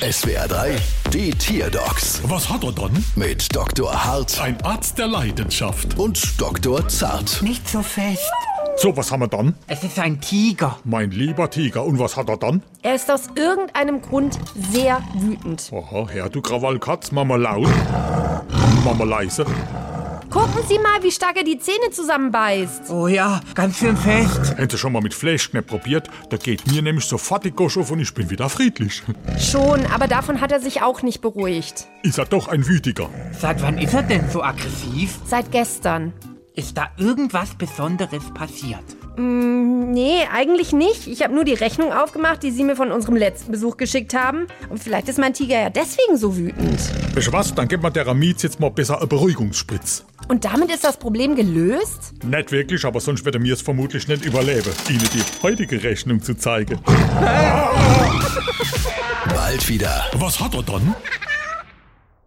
SWR 3, die Tierdocs Was hat er dann? mit Dr. Hart Ein Arzt der Leidenschaft. und Dr. Zart. Nicht so fest. So, was haben wir dann? Es ist ein Tiger. Mein lieber Tiger, und was hat er dann? Er ist aus irgendeinem Grund sehr wütend. Aha, Herr, du Krawallkatz, Mama laut. Mama leise. Gucken Sie mal, wie stark er die Zähne zusammenbeißt. Oh ja, ganz schön fest. Hätten Sie schon mal mit Fleischknepp probiert? Da geht mir nämlich sofort die Gosch auf und ich bin wieder friedlich. Schon, aber davon hat er sich auch nicht beruhigt. Ist er doch ein Wütiger. Seit wann ist er denn so aggressiv? Seit gestern. Ist da irgendwas Besonderes passiert? Nee, eigentlich nicht. Ich habe nur die Rechnung aufgemacht, die Sie mir von unserem letzten Besuch geschickt haben. Und vielleicht ist mein Tiger ja deswegen so wütend. Weißt du was, dann gibt man der Ramiz jetzt mal besser eine Beruhigungsspritz. Und damit ist das Problem gelöst? Nicht wirklich, aber sonst wird er mir es vermutlich nicht überleben, Ihnen die heutige Rechnung zu zeigen. Bald wieder. Was hat er dann?